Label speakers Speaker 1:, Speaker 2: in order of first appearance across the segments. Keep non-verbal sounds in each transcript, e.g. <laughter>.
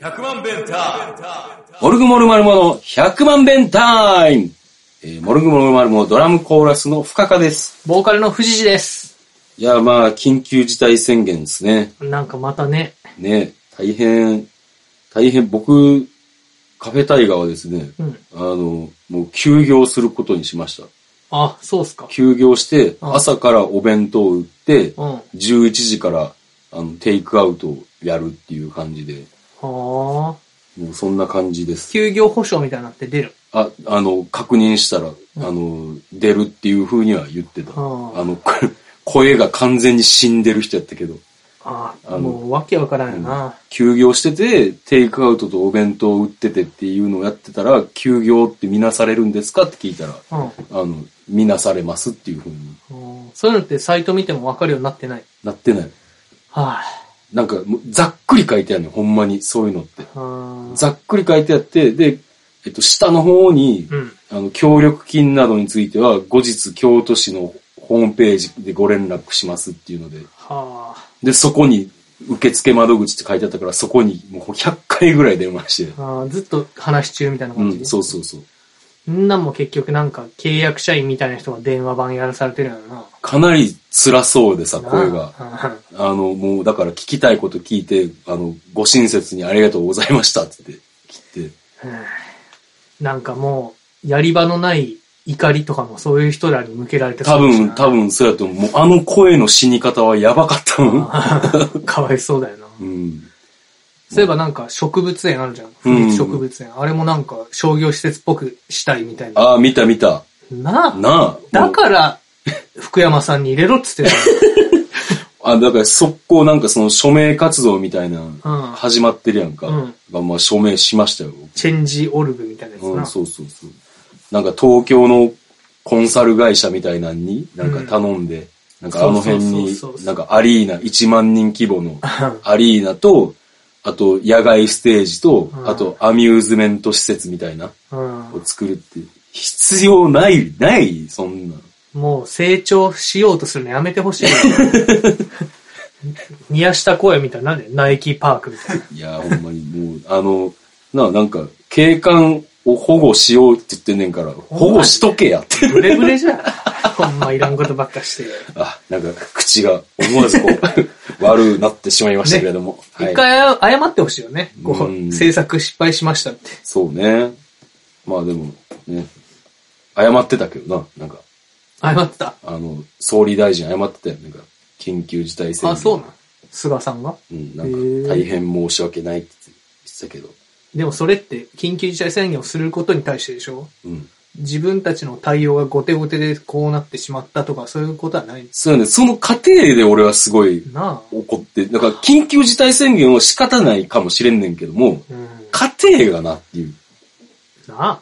Speaker 1: 100万ベンタ
Speaker 2: モルグモルマルモの100万弁タイム、えー、モルグモルマルモドラムコーラスの深カです。
Speaker 3: ボーカルの藤次です。
Speaker 2: いや、まあ、緊急事態宣言ですね。
Speaker 3: なんかまたね、
Speaker 2: ね、大変、大変、僕、カフェタイガーはですね、
Speaker 3: うん。
Speaker 2: あの、もう休業することにしました。
Speaker 3: あ、そうっすか。
Speaker 2: 休業して、
Speaker 3: うん
Speaker 2: 朝からお弁当を売って、
Speaker 3: うん。は
Speaker 2: 11時から、あの、テイクアウトをやるっていう感じで、
Speaker 3: あ。
Speaker 2: もうそんな感じです。
Speaker 3: 休業保証みたいなのって出る。
Speaker 2: あ、あの、確認したら、
Speaker 3: ん
Speaker 2: あの、出るっていう風には言ってた。
Speaker 3: うん
Speaker 2: あの、こ声が完全に死んでる人やったけど、
Speaker 3: あ
Speaker 2: あの
Speaker 3: あ、もうわけわからんよな。
Speaker 2: 休業してて、テイクアウトとお弁当を売っててっていうのをやってたら、休業って見なされるんですかって聞いたら、あ
Speaker 3: うん。
Speaker 2: の、見なされますっていう風に
Speaker 3: うんそういうのってサイト見てもわかるようになってない。
Speaker 2: なってない。
Speaker 3: は
Speaker 2: なんか、もうざっくり書いてあるのよ、ほんまに、そういうのって。
Speaker 3: あ。うん。
Speaker 2: ざっくり書いてあって、で、えっと、下の方に、
Speaker 3: うん。
Speaker 2: あの、協力金などについては、後日、京都市のホームページでご連絡しますっていうので、
Speaker 3: はあ。
Speaker 2: で、そこに、受付窓口って書いてあったから、そこにもう100回ぐらい電話して、
Speaker 3: あーずっと話し中みたいな
Speaker 2: う
Speaker 3: 感じ
Speaker 2: ん、
Speaker 3: で。
Speaker 2: そうそうそう。
Speaker 3: んなんも結局なんか契約社員みたいな人が電話番やらされてるよな。
Speaker 2: かなり辛そうでさ、
Speaker 3: なあ
Speaker 2: 声が。。あの、もう、だから聞きたいこと聞いて、あの、ご親切にありがとうございましたって言って、切って。
Speaker 3: うんなんかもう、やり場のない怒りとかもそういう人らに向けられて
Speaker 2: 多
Speaker 3: そうだし
Speaker 2: 分、
Speaker 3: な
Speaker 2: 多分、そうやと思う。もうあの声の死に方はやばかったもん。
Speaker 3: <laughs> かわいそうだよな。
Speaker 2: うん。
Speaker 3: そういえばなんか植物園あるじゃん。不立植物園。あれもなんか商業施設っぽくしたいみたいな。
Speaker 2: ああ、見た見た。
Speaker 3: なあ。
Speaker 2: なあ。
Speaker 3: だから、 <laughs> 福山さんに入れろっつって
Speaker 2: あ、だから速攻なんかその署名活動みたいな、始まってるやんか。
Speaker 3: うん
Speaker 2: がまあ署名しましたよ。
Speaker 3: チェンジオルブみたいなやつ
Speaker 2: うん、
Speaker 3: な。
Speaker 2: そうそうそう。なんか東京のコンサル会社みたいなんに、なんか頼んで、なんかあの辺に
Speaker 3: そうそうそうそ、う
Speaker 2: なんかアリーナ、1万人規模
Speaker 3: <laughs>
Speaker 2: のアリーナと、あと野外ステージと、
Speaker 3: うん
Speaker 2: あとアミューズメント施設みたいな、
Speaker 3: <laughs> うん
Speaker 2: を作るって、必要ない、ない、そんな。
Speaker 3: もう成長しようとするのやめてほし
Speaker 2: <laughs>
Speaker 3: いな。宮下公園みたいな。なんでナイキパークみたいな。
Speaker 2: いや、ほんまにもう、あの、な、なんか、景観を保護しようって言ってんねんから、保護しとけやって。
Speaker 3: ブレブレじゃん。 <laughs> ほんまいらんことばっかして。
Speaker 2: あ、なんか、口が思わずこ
Speaker 3: <laughs>
Speaker 2: う、悪うなってしまいましたけれども。はい
Speaker 3: 一回謝ってほしいよね。こ
Speaker 2: うん
Speaker 3: う、制作失敗しましたって。
Speaker 2: そうね。まあでも、ね、謝ってたけどな、なんか、
Speaker 3: 謝った。
Speaker 2: あの、総理大臣謝ってたよ、なんか、緊急事態宣言。
Speaker 3: あ、そうなん。菅さんが
Speaker 2: うん、
Speaker 3: へー
Speaker 2: なんか、大変申し訳ないって言ってたけど、
Speaker 3: でもそれって緊急事態宣言をすることに対してでしょ
Speaker 2: うん。
Speaker 3: 自分たちの対応が後手後手でこうなってしまったとかそういうことはないんです
Speaker 2: そうやね、その過程で俺はすごい
Speaker 3: なあ。
Speaker 2: 怒って、だから緊急事態宣言は仕方ないかもしれんねんけども、
Speaker 3: うん。
Speaker 2: 家庭がなっていう。
Speaker 3: なあ。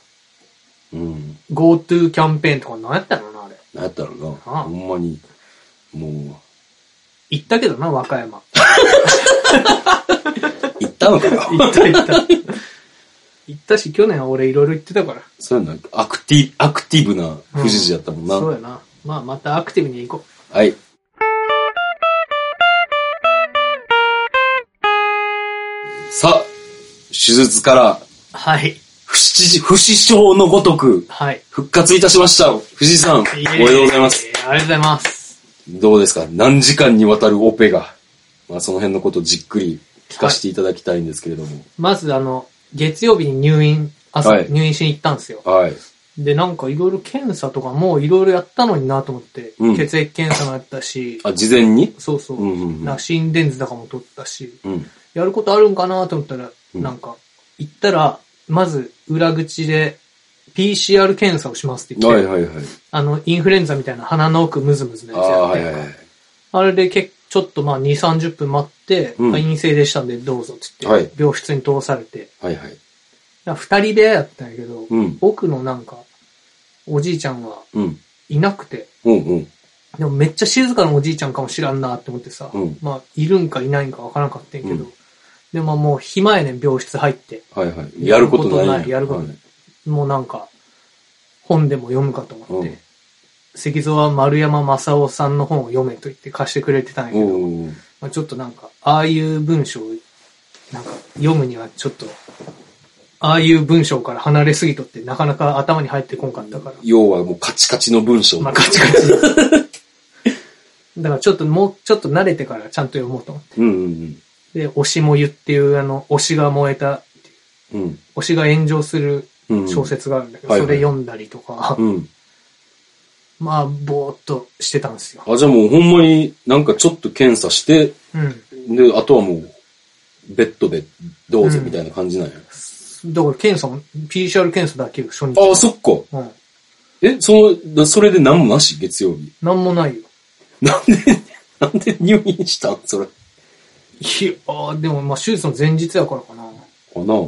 Speaker 2: うん。
Speaker 3: GoTo キャンペーンとか何やったのな、あれ。
Speaker 2: なんやったろうな。
Speaker 3: ああ
Speaker 2: ほんまに、も
Speaker 3: 行ったけどな、和歌山。
Speaker 2: う、行ったのか
Speaker 3: 行
Speaker 2: よ。
Speaker 3: った行 <laughs> った。行ったし、去年は俺いろいろ行ってたから。
Speaker 2: <laughs> そういうの、アクティ、アクティブな富士寺やったもんな。
Speaker 3: そうやな。まあまたアクティブに行こ
Speaker 2: はい。さあ、手術から
Speaker 3: う。はい。
Speaker 2: 不死、不死症のごとく
Speaker 3: はい。
Speaker 2: 復活いたしました。藤井さん、お
Speaker 3: イエ
Speaker 2: め
Speaker 3: ーイ
Speaker 2: でとうございます。。
Speaker 3: ありがとうございます。
Speaker 2: どうですか何時間にわたるオペが。まあ、その辺のことをじっくり聞かせていただきたいんですけれども。
Speaker 3: まずあの、月曜日に入院、朝、
Speaker 2: はい
Speaker 3: 入院しに行ったんですよ。
Speaker 2: はい。
Speaker 3: で、なんかいろいろ検査とかもいろいろやったのになと思って、
Speaker 2: うん
Speaker 3: 血液検査もやったし、
Speaker 2: あ、事前に
Speaker 3: そうそう、
Speaker 2: うんうんうん
Speaker 3: な心電図とかも取ったし、
Speaker 2: うん。
Speaker 3: やることあるんかなと思ったら、
Speaker 2: うん
Speaker 3: なんか、行ったら、まず裏口で PCR 検査をしますって言っ
Speaker 2: は
Speaker 3: て、
Speaker 2: いはいはい。
Speaker 3: あの、インフルエンザみたいな鼻の奥ムズムズの
Speaker 2: あ
Speaker 3: やつ
Speaker 2: あ、
Speaker 3: やっ
Speaker 2: は
Speaker 3: て、
Speaker 2: いはいはい。
Speaker 3: あれでけちょっとまあ2、30分待って、
Speaker 2: うん
Speaker 3: あ陰性でしたんでどうぞって言って、
Speaker 2: はい
Speaker 3: 病室に通されて、
Speaker 2: はいはい。
Speaker 3: なんか二人部屋やったんやけど、
Speaker 2: うん。
Speaker 3: 奥のなんか、おじいちゃんは
Speaker 2: うん。
Speaker 3: いなくて、
Speaker 2: うんうん。
Speaker 3: でもめっちゃ静かなおじいちゃんかもしらんなって思ってさ、
Speaker 2: うん
Speaker 3: まあ、いるんかいないんかわからんかったんやけど、
Speaker 2: うん
Speaker 3: でももう暇やねん、病室入って。
Speaker 2: はいはい。やることないんや。
Speaker 3: やることない
Speaker 2: はい
Speaker 3: もうなんか、本でも読むかと思って、
Speaker 2: うん
Speaker 3: 石像は丸山正夫さんの本を読めと言って貸してくれてたんやけ
Speaker 2: お
Speaker 3: ど、
Speaker 2: ー
Speaker 3: まあ、ちょっとなんか、ああいう文章を、なんか読むにはちょっと、ああいう文章から離れすぎとってなかなか頭に入ってこんかったから。
Speaker 2: 要はもうカチカチの文章。
Speaker 3: まあ、カチカチ。
Speaker 2: <laughs>
Speaker 3: だからちょっともうちょっと慣れてからちゃんと読もうと思っ
Speaker 2: うんうん
Speaker 3: て。で、推しもゆっていうあの、推しが燃えた、
Speaker 2: うん。うん
Speaker 3: 推しが炎上する
Speaker 2: うん。
Speaker 3: 小。説があるんだけど、
Speaker 2: はいはい
Speaker 3: それ読んだりとか、
Speaker 2: うん。
Speaker 3: まあ、ぼーっとしてたんですよ。
Speaker 2: あ、じゃあもうほんまになんかちょっと検査して、
Speaker 3: うん。
Speaker 2: で、あとはもう、ベッドでどうぞみたいな感じなんや。
Speaker 3: だから検査も、PCR 検査だけよ初日。
Speaker 2: ああ、そっか。
Speaker 3: うん。
Speaker 2: え、その、それで何もなし月曜日。 <laughs>
Speaker 3: なんもないよ。
Speaker 2: なんで、なんで入院したんそれ。
Speaker 3: いやー、でもまあ手術の前日やからかな。
Speaker 2: かな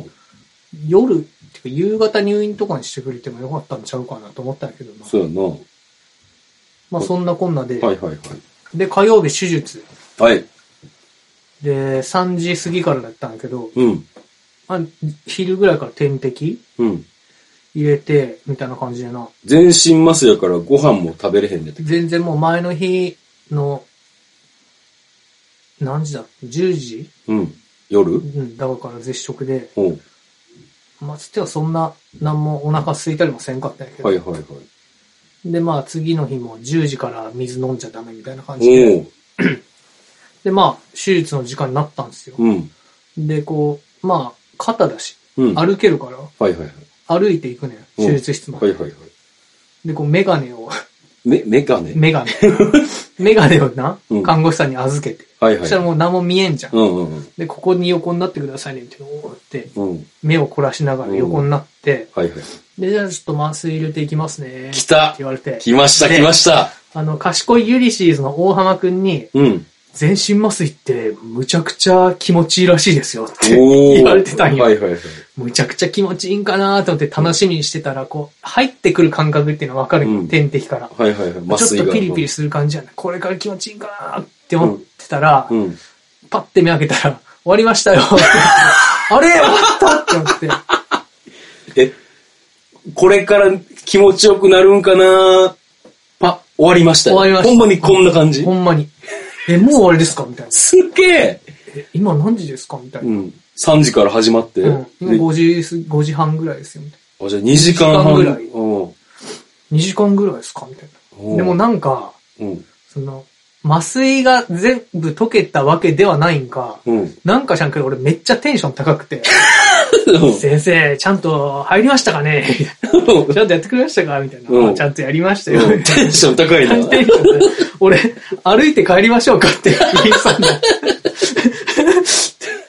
Speaker 3: 夜、てか夕方入院とかにしてくれてもよかったんちゃうかなと思ったんやけどな。
Speaker 2: そうやな。は
Speaker 3: まあそんなこんなで、
Speaker 2: いはいはい。
Speaker 3: で、火曜日手術。
Speaker 2: はい。
Speaker 3: で、3時過ぎからだったんやけど、
Speaker 2: うん。
Speaker 3: まあ、昼ぐらいから点滴
Speaker 2: うん。
Speaker 3: 入れて、みたいな感じでな。
Speaker 2: 全身麻酔やからご飯も食べれへんねんて。
Speaker 3: 全然もう前の日の、何時だ ?10 時
Speaker 2: うん。夜
Speaker 3: うん、だから絶食で、
Speaker 2: おう
Speaker 3: まあ、つってはそんな、なんもお腹空いたりもせんかったんやけど。
Speaker 2: はいはいはい。
Speaker 3: で、まあ、次の日も10時から水飲んじゃダメみたいな感じで。
Speaker 2: おう
Speaker 3: で、まあ、手術の時間になったんですよ。
Speaker 2: うん。
Speaker 3: で、こう、まあ、肩だし、
Speaker 2: うん。はい
Speaker 3: 歩けるから、
Speaker 2: はいはい。
Speaker 3: 歩いていくねん。
Speaker 2: うん
Speaker 3: 手術室ま
Speaker 2: はい
Speaker 3: で。
Speaker 2: はいはい。
Speaker 3: で、こう、メガネを、 <laughs>
Speaker 2: め、メガネ <laughs>
Speaker 3: メガネ。メガネをな
Speaker 2: うん、
Speaker 3: 看護師さんに預けて。
Speaker 2: はい
Speaker 3: そ
Speaker 2: はい
Speaker 3: したら。もう何も見えんじゃん。
Speaker 2: うんうん
Speaker 3: で、ここに横になってくださいね、みたいな。おーって、
Speaker 2: うん。うん。
Speaker 3: 目を凝らしながら横になって、
Speaker 2: はいはい。
Speaker 3: で、じゃあちょっと麻酔入れていきますね。
Speaker 2: 来
Speaker 3: って
Speaker 2: た
Speaker 3: 言われて。
Speaker 2: 来ました
Speaker 3: で
Speaker 2: 来ました
Speaker 3: あの、賢いユリシーズの大浜くんに、
Speaker 2: うん。
Speaker 3: 全身麻酔ってむちゃくちゃ気持ちいいらしいですよって
Speaker 2: おー
Speaker 3: 言われてたんよ。
Speaker 2: はいはいはい。
Speaker 3: むちゃくちゃ気持ちいいんかなと思って楽しみにしてたら、こう、入ってくる感覚っていうのはわかるよ、
Speaker 2: うん
Speaker 3: 点滴から。
Speaker 2: はいはいはい。麻
Speaker 3: ち
Speaker 2: 酔
Speaker 3: ょっ
Speaker 2: が。
Speaker 3: とピリピリする感じやな。これから気持ちいいんかなって思ってたら、
Speaker 2: うん。
Speaker 3: パッて目開けたら、終わりましたよって。
Speaker 2: <laughs>
Speaker 3: あれ終わったって思って。
Speaker 2: え、これから気持ちよくなるんかなパ、終わりましたよ
Speaker 3: 終わりました
Speaker 2: ほんまにこんな感じ
Speaker 3: ほんまに。え、もう終わりですかみたいな。
Speaker 2: すっげえ
Speaker 3: え今何時ですかみたいうな。
Speaker 2: ん。3時から始まって。
Speaker 3: うん。今
Speaker 2: で
Speaker 3: 5時す、5時半ぐらいですよ、みたい
Speaker 2: あ、じゃあ2時間半。
Speaker 3: 二時間ぐらい
Speaker 2: うん
Speaker 3: な。2時間ぐらいですかみたい
Speaker 2: おう
Speaker 3: な。でもなんか、
Speaker 2: うん。
Speaker 3: その、麻酔が全部溶けたわけではないんか、 <laughs>
Speaker 2: うん。
Speaker 3: なんか知らんけど俺めっちゃテンション
Speaker 2: <laughs>
Speaker 3: 高くて、先生、ちゃんと入りましたか
Speaker 2: <laughs>
Speaker 3: ねみたいなちゃんとやってくれましたかみたいな、
Speaker 2: うん
Speaker 3: あちゃんとやりましたよ。 <laughs>
Speaker 2: うんテンション高いな。
Speaker 3: テンション高い俺、歩いて帰りましょうかって
Speaker 2: <laughs>
Speaker 3: 言いそうになって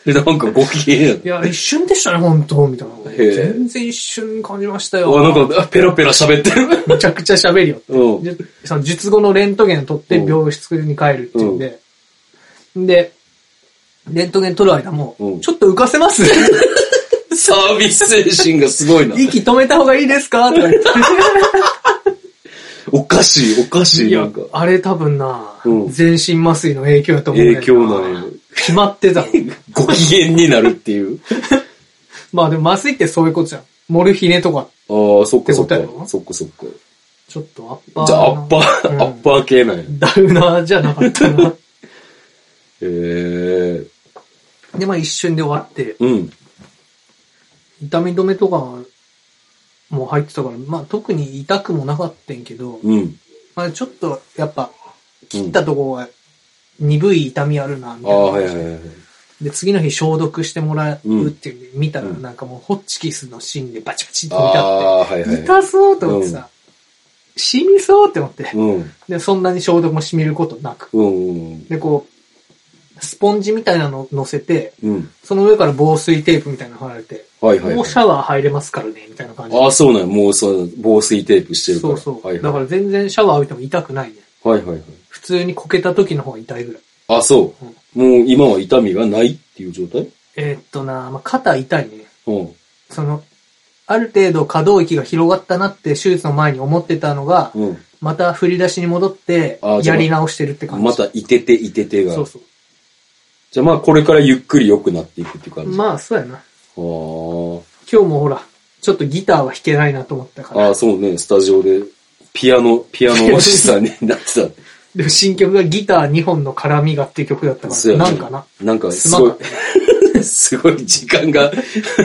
Speaker 2: なんかご機嫌や
Speaker 3: いや、一瞬でしたね、本当みたいな。
Speaker 2: へえ
Speaker 3: 全然一瞬感じました
Speaker 2: な。わ、
Speaker 3: よ。
Speaker 2: なんかペラペラ喋ってる。
Speaker 3: めちゃくちゃ喋るよ。 <laughs>
Speaker 2: うん。
Speaker 3: でその術後のレントゲン取って
Speaker 2: うん
Speaker 3: 病室に帰るっていうんで、で、レントゲン取る間も
Speaker 2: うん、
Speaker 3: ちょっと浮か
Speaker 2: <laughs>
Speaker 3: せます
Speaker 2: サービス精神がすごいな。
Speaker 3: 息止めた方がいいですかとか言っ
Speaker 2: おかしい、おか
Speaker 3: て。
Speaker 2: し
Speaker 3: い
Speaker 2: <laughs> い、な
Speaker 3: や
Speaker 2: んか。、
Speaker 3: あれ多分な
Speaker 2: うん、
Speaker 3: 全身麻酔の影響だと思うねん。
Speaker 2: 影響なのよ。
Speaker 3: 決まってたの。
Speaker 2: ご機嫌になるっていう。
Speaker 3: まあでも麻酔ってそういうことじゃん。モルヒネとか、
Speaker 2: ああ、そっかそっ
Speaker 3: ってことや
Speaker 2: か。
Speaker 3: ろ
Speaker 2: そっかそっか。
Speaker 3: ちょっとアッパーな。
Speaker 2: じゃあ、アッパー、
Speaker 3: うん
Speaker 2: アッパー系なんや。
Speaker 3: ダウナーじゃなかったな。
Speaker 2: ええ
Speaker 3: で、まあ一瞬で終わって、
Speaker 2: うん。
Speaker 3: 痛み止めとかも入ってたから、まあ特に痛くもなかったんけど、
Speaker 2: うん。
Speaker 3: まあちょっとやっぱ切ったとこが鈍い痛みあるな、み
Speaker 2: あ
Speaker 3: た
Speaker 2: あ、
Speaker 3: いな
Speaker 2: は
Speaker 3: 感
Speaker 2: い
Speaker 3: じ
Speaker 2: は
Speaker 3: で、
Speaker 2: いはい。
Speaker 3: で、次の日消毒してもらうっていうんで見たら
Speaker 2: うん
Speaker 3: なんかもうホッチキスの芯でバチバチって
Speaker 2: あ
Speaker 3: 見たっ
Speaker 2: あ、はい
Speaker 3: て、
Speaker 2: はい。
Speaker 3: 痛そうと思ってさ、染みそうって思って、
Speaker 2: うん。
Speaker 3: で、そんなに消毒も染みることなく、
Speaker 2: うん。うん
Speaker 3: で、こう、スポンジみたいなの乗せて、
Speaker 2: うん。
Speaker 3: その上から防水テープみたいなの貼られて、
Speaker 2: はいはい
Speaker 3: も
Speaker 2: は
Speaker 3: う
Speaker 2: い
Speaker 3: シ。ャワー入れますからね、みたいな感じで
Speaker 2: ああ、そうなんや。もう、そう、防水テープしてるか
Speaker 3: そ
Speaker 2: ら。
Speaker 3: うそう。
Speaker 2: はい
Speaker 3: だ
Speaker 2: は
Speaker 3: から全然シャワー浴びても痛くないね。
Speaker 2: い。はいはいはい。
Speaker 3: 普通にこけた時の方が痛いぐらい。
Speaker 2: あ、そう
Speaker 3: うん。
Speaker 2: もう今は痛みがないっていう状態
Speaker 3: えーっとな、まあ、肩痛いね。
Speaker 2: うん。
Speaker 3: その、ある程度可動域が広がったなって手術の前に思ってたのが、
Speaker 2: うん。
Speaker 3: また振り出しに戻って
Speaker 2: あー、じゃあ
Speaker 3: やり直してるって感じ。
Speaker 2: また、いてて、いててが
Speaker 3: そ。うそう。
Speaker 2: じゃあまあ、これからゆっくり良くなっていくっていう感じ。あ
Speaker 3: まあ、そうやな。
Speaker 2: あ。
Speaker 3: 今日もほら、ちょっとギターは弾けないなと思ったか
Speaker 2: あ
Speaker 3: ら <laughs>
Speaker 2: あ、、そうね、スタジオで、ピアノ、ピアノおじさんになってた。
Speaker 3: でも新曲がギター2本の絡みがっていう曲だったか
Speaker 2: そう
Speaker 3: ら、
Speaker 2: や
Speaker 3: なんかな。
Speaker 2: なんか、す
Speaker 3: すまん
Speaker 2: ご
Speaker 3: か
Speaker 2: い
Speaker 3: っ、
Speaker 2: すごい <laughs> 時間が。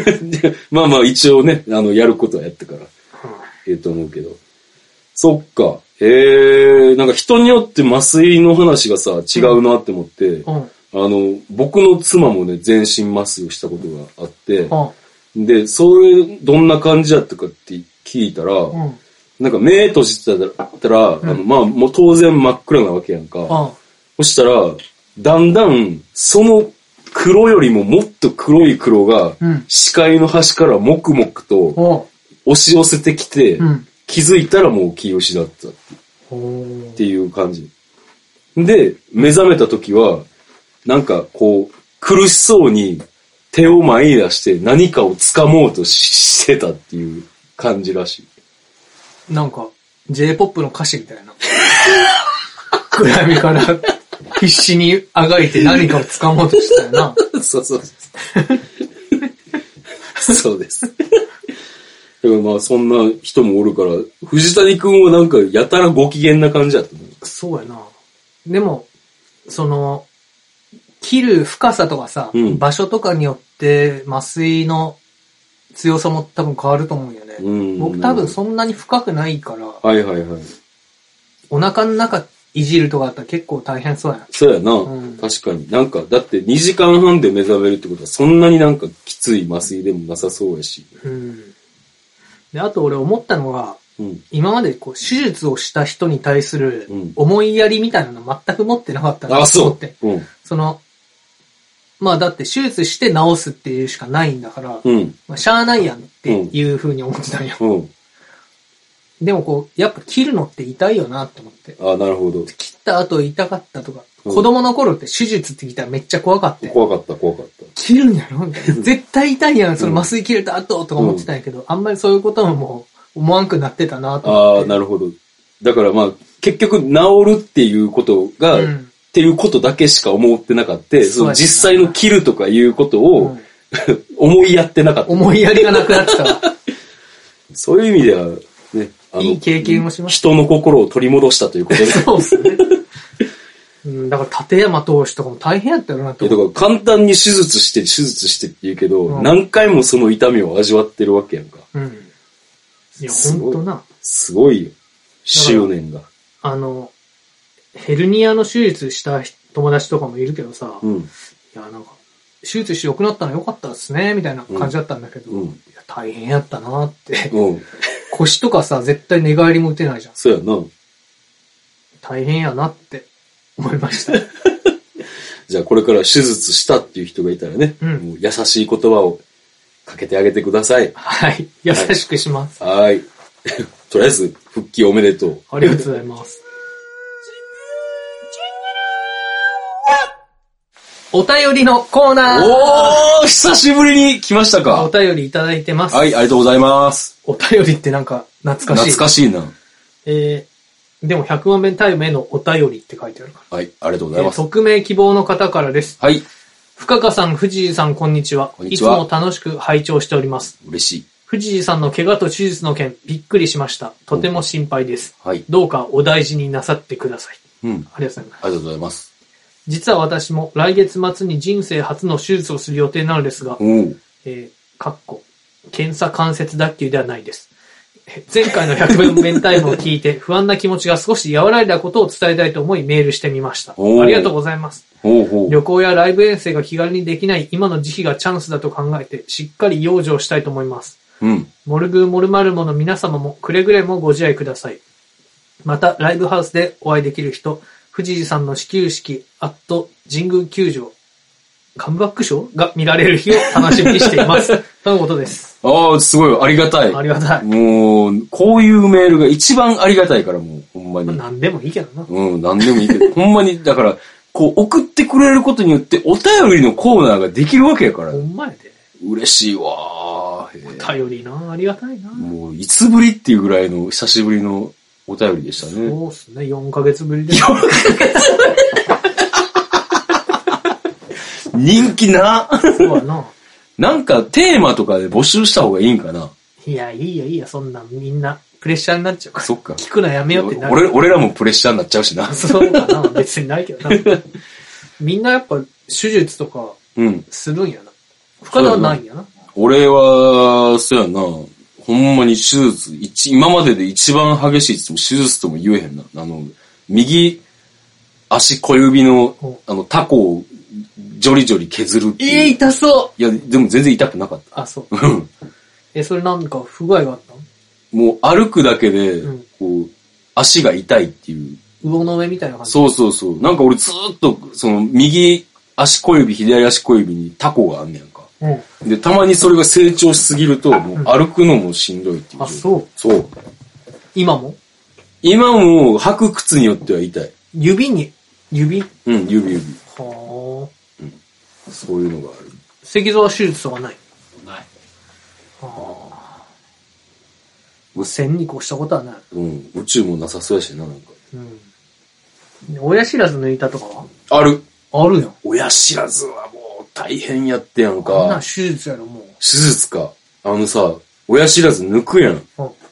Speaker 2: <laughs> まあまあ、一応ね、あの、やることはやったから、ええと思うけど。そっか。えー、なんか人によって麻酔の話がさ、違うなって思って、
Speaker 3: うん。うん。
Speaker 2: あの、僕の妻もね、全身麻酔をしたことがあって、
Speaker 3: うん。
Speaker 2: で、それ、どんな感じだったかって聞いたら、
Speaker 3: うん。うん。
Speaker 2: なんか目閉じてたら、あのまあ、もう当然真っ暗なわけやんか。そしたら、だんだん、その黒よりももっと黒い黒が、
Speaker 3: うん
Speaker 2: 視界の端からもくもくと
Speaker 3: おう
Speaker 2: 押し寄せてきて、
Speaker 3: うん。
Speaker 2: 気づいたらもう気を失ったっ
Speaker 3: おー
Speaker 2: ていう感じ。で、目覚めた時は、なんかこう、苦しそうに手を前に出して何かを掴もうとししてたっていう感じらしい。
Speaker 3: なんか、J-POP の歌詞みたいな。 <laughs> 暗闇から必死にあがいて何かを掴もうとしたよな。
Speaker 2: <laughs> そうそうそ
Speaker 3: <laughs>
Speaker 2: う。そうです。だからまあそんな人もおるから、藤谷くんはなんかやたらご機嫌な感じだったね。
Speaker 3: そうやな。でも、その、切る深さとかさ、
Speaker 2: うん
Speaker 3: 場所とかによって麻酔の強さも多分変わると思うんよね。
Speaker 2: うん
Speaker 3: 僕多分そんなに深くないから、
Speaker 2: はいはいはい。
Speaker 3: お腹の中いじるとかだったら結構大変そうやな。
Speaker 2: そうやな。
Speaker 3: うん
Speaker 2: 確かに。なんか、だって2時間半で目覚めるってことはそんなになんかきつい麻酔でもなさそうやし。
Speaker 3: うん。で、あと俺思ったのが、
Speaker 2: うん。
Speaker 3: 今までこう手術をした人に対する
Speaker 2: うん
Speaker 3: 思いやりみたいなの全く持ってなかったな
Speaker 2: あ、
Speaker 3: と思
Speaker 2: そ
Speaker 3: って。
Speaker 2: う。うん。
Speaker 3: その、まあだって手術して治すっていうしかないんだから、
Speaker 2: うん。
Speaker 3: まあ、しゃあないやんっていう風に思ってたんよ。
Speaker 2: うん。
Speaker 3: でもこう、やっぱ切るのって痛いよなって思って。
Speaker 2: あ、なるほど。
Speaker 3: 切った後痛かったとか、
Speaker 2: うん
Speaker 3: 子供の頃って手術って聞いたらめっちゃ怖かったよ。
Speaker 2: 怖かった、怖かった。
Speaker 3: 切るんやろみたいな。絶対痛いやん、その麻酔切れた後とか思ってたんやけど、あんまりそういうことももう思わんくなってたなと
Speaker 2: あ
Speaker 3: 思
Speaker 2: あ、
Speaker 3: って。
Speaker 2: なるほど。だからまあ、結局治るっていうことが、
Speaker 3: うん
Speaker 2: っていうことだけしか思ってなかった。そ
Speaker 3: そう
Speaker 2: の
Speaker 3: やね
Speaker 2: 実際の切るとかいうこと
Speaker 3: う
Speaker 2: を
Speaker 3: ん
Speaker 2: 思いやってなかった。
Speaker 3: 思いやりがなくなってた <laughs> わ。
Speaker 2: そういう意味では、ね、あ
Speaker 3: いい経験をしまし
Speaker 2: 人の心を取り戻したということで。
Speaker 3: た。そうっすね。うん、だから立山投手とかも大変やったよなって
Speaker 2: だ
Speaker 3: 思
Speaker 2: か
Speaker 3: う。
Speaker 2: ら簡単に手術して、手術してって言うけど、
Speaker 3: うん
Speaker 2: 何回もその痛みを味わってるわけやんか。
Speaker 3: うん。いや、
Speaker 2: す
Speaker 3: ほ
Speaker 2: ご
Speaker 3: ん
Speaker 2: い
Speaker 3: とな。
Speaker 2: すごいよ。執念が。
Speaker 3: あの、ヘルニアの手術した友達とかもいるけどさ、
Speaker 2: う
Speaker 3: い
Speaker 2: ん。
Speaker 3: や、なんか、手術して良くなったの良かったですね、みたいな感じだったんだけど、
Speaker 2: うんうん
Speaker 3: いや、大変やったなって。
Speaker 2: うん。
Speaker 3: 腰とかさ、絶対寝返りも打てないじゃん。
Speaker 2: そうやな。
Speaker 3: 大変やなって思いま
Speaker 2: <laughs>
Speaker 3: した。
Speaker 2: じゃあこれから手術したっていう人がいたらね、
Speaker 3: うん
Speaker 2: もう優しい言葉をかけてあげてください。
Speaker 3: はい。優しくします。
Speaker 2: はーい。 <laughs> とりあえず、復帰おめでとう。
Speaker 3: ありがとうございます。お便りのコーナー
Speaker 2: おー久しぶりに来ました
Speaker 3: お
Speaker 2: か
Speaker 3: 便りいただいてます。
Speaker 2: はい、ありがとうございます。
Speaker 3: お便りってなんか懐かしい。
Speaker 2: 懐かしいな。
Speaker 3: えー、でも100万遍タイムへのお便りって書いてあるか
Speaker 2: はい、ありがとうござ
Speaker 3: ら。
Speaker 2: い
Speaker 3: え
Speaker 2: ま
Speaker 3: ー
Speaker 2: す。
Speaker 3: 匿名希望の方からです。
Speaker 2: はい、
Speaker 3: 深川さん、藤井さん、こんにちは。
Speaker 2: こんにちはい
Speaker 3: つも楽しく拝聴しております。
Speaker 2: 嬉しい。
Speaker 3: 藤井さんの怪我と手術の件、びっくりしました。とても心配です。
Speaker 2: はい。
Speaker 3: どうかお大事になさってください。
Speaker 2: うん、あり
Speaker 3: ありがとうございます。
Speaker 2: がとうございます。
Speaker 3: 実は私も来月末に人生初の手術をする予定なのですが
Speaker 2: お、ー
Speaker 3: えー、かっこ、検査関節脱臼ではないです。え前回の100分面タイムを聞いて不安な気持ちが少し和らいだことを伝えたいと思いメールしてみました。
Speaker 2: おー
Speaker 3: ありがとうございます。
Speaker 2: ほうほう。
Speaker 3: 旅行やライブ遠征が気軽にできない今の時期がチャンスだと考えてしっかり養生したいと思います。
Speaker 2: うん。
Speaker 3: モルグーモルマルモの皆様もくれぐれもご自愛ください。また、ライブハウスでお会いできる人、藤井さんの始球式、アット神宮球場、カムバックショーが見られる日を楽しみにしてい
Speaker 2: <laughs>
Speaker 3: ます。とのことです。
Speaker 2: ああ、すごい、ありがたい。
Speaker 3: ありがたい。
Speaker 2: もう、こういうメールが一番ありがたいから、もう、ほんま
Speaker 3: まあ
Speaker 2: に。
Speaker 3: 何でもいいけどな。
Speaker 2: うん、なんでもいいけど、ほ <laughs> んまに、だから、こう、送ってくれることによって、お便りのコーナーができるわけやから
Speaker 3: ほ、んまやで。
Speaker 2: 嬉しいわーへー
Speaker 3: 頼りな、ありがたいな。
Speaker 2: もう、いつぶりっていうぐらいの、久しぶりのお便りでしたね。
Speaker 3: そうっすね、4ヶ月
Speaker 2: <laughs>
Speaker 3: ぶりで。
Speaker 2: 人気な
Speaker 3: そうやな。
Speaker 2: <laughs> なんか、テーマとかで募集した方がいいんかな
Speaker 3: いや、いいよ、いいよ、そんなんみんな、プレッシャーになっちゃうから。
Speaker 2: そっか
Speaker 3: 聞くのやめようってなる。
Speaker 2: 俺、俺らもプレッシャーになっちゃうしな。
Speaker 3: そうかな、別にないけどな。みんなやっぱ、手術とか、
Speaker 2: うん。
Speaker 3: するんやな。深田はないんやな。
Speaker 2: 俺は、そやな、ほんまに手術、一今までで一番激しいっつっても手術とも言えへんな。あの、右足小指の
Speaker 3: ほう、
Speaker 2: あの、タコをジョリジョリ削るっていう。い
Speaker 3: 痛そう
Speaker 2: や、でも全然痛くなかっ
Speaker 3: あ、そう。
Speaker 2: た。 <laughs> うん
Speaker 3: え、それなんか不具合があったの
Speaker 2: もう歩くだけで
Speaker 3: うん、
Speaker 2: こう、足が痛いっていう。
Speaker 3: 魚の上みたいな感じ。
Speaker 2: そうそうそう。なんか俺ずーっと、その、右足小指、左足小指にタコがあんねやんか。
Speaker 3: うん。
Speaker 2: で、たまにそれが成長しすぎると、もう歩くのもしんどいっていう。
Speaker 3: あ、そう。
Speaker 2: そう。
Speaker 3: 今も
Speaker 2: 今も履く靴によっては痛い。
Speaker 3: 指に、指は
Speaker 2: うん、指指。
Speaker 3: ぁ。
Speaker 2: そういうのがある。
Speaker 3: 石像は手術とかない。
Speaker 1: ない。
Speaker 3: はぁ。線に越したことはない。
Speaker 2: うん、宇宙もなさそうやしな、なんか。
Speaker 3: うん。親知らず抜いたとか
Speaker 2: ある。
Speaker 3: はあるやん。
Speaker 2: 親知らずはもう大変やってやん
Speaker 3: あんなん
Speaker 2: か。
Speaker 3: 手術やろ、も
Speaker 2: 手術か。あのさ、親知らず抜くやん。
Speaker 3: う。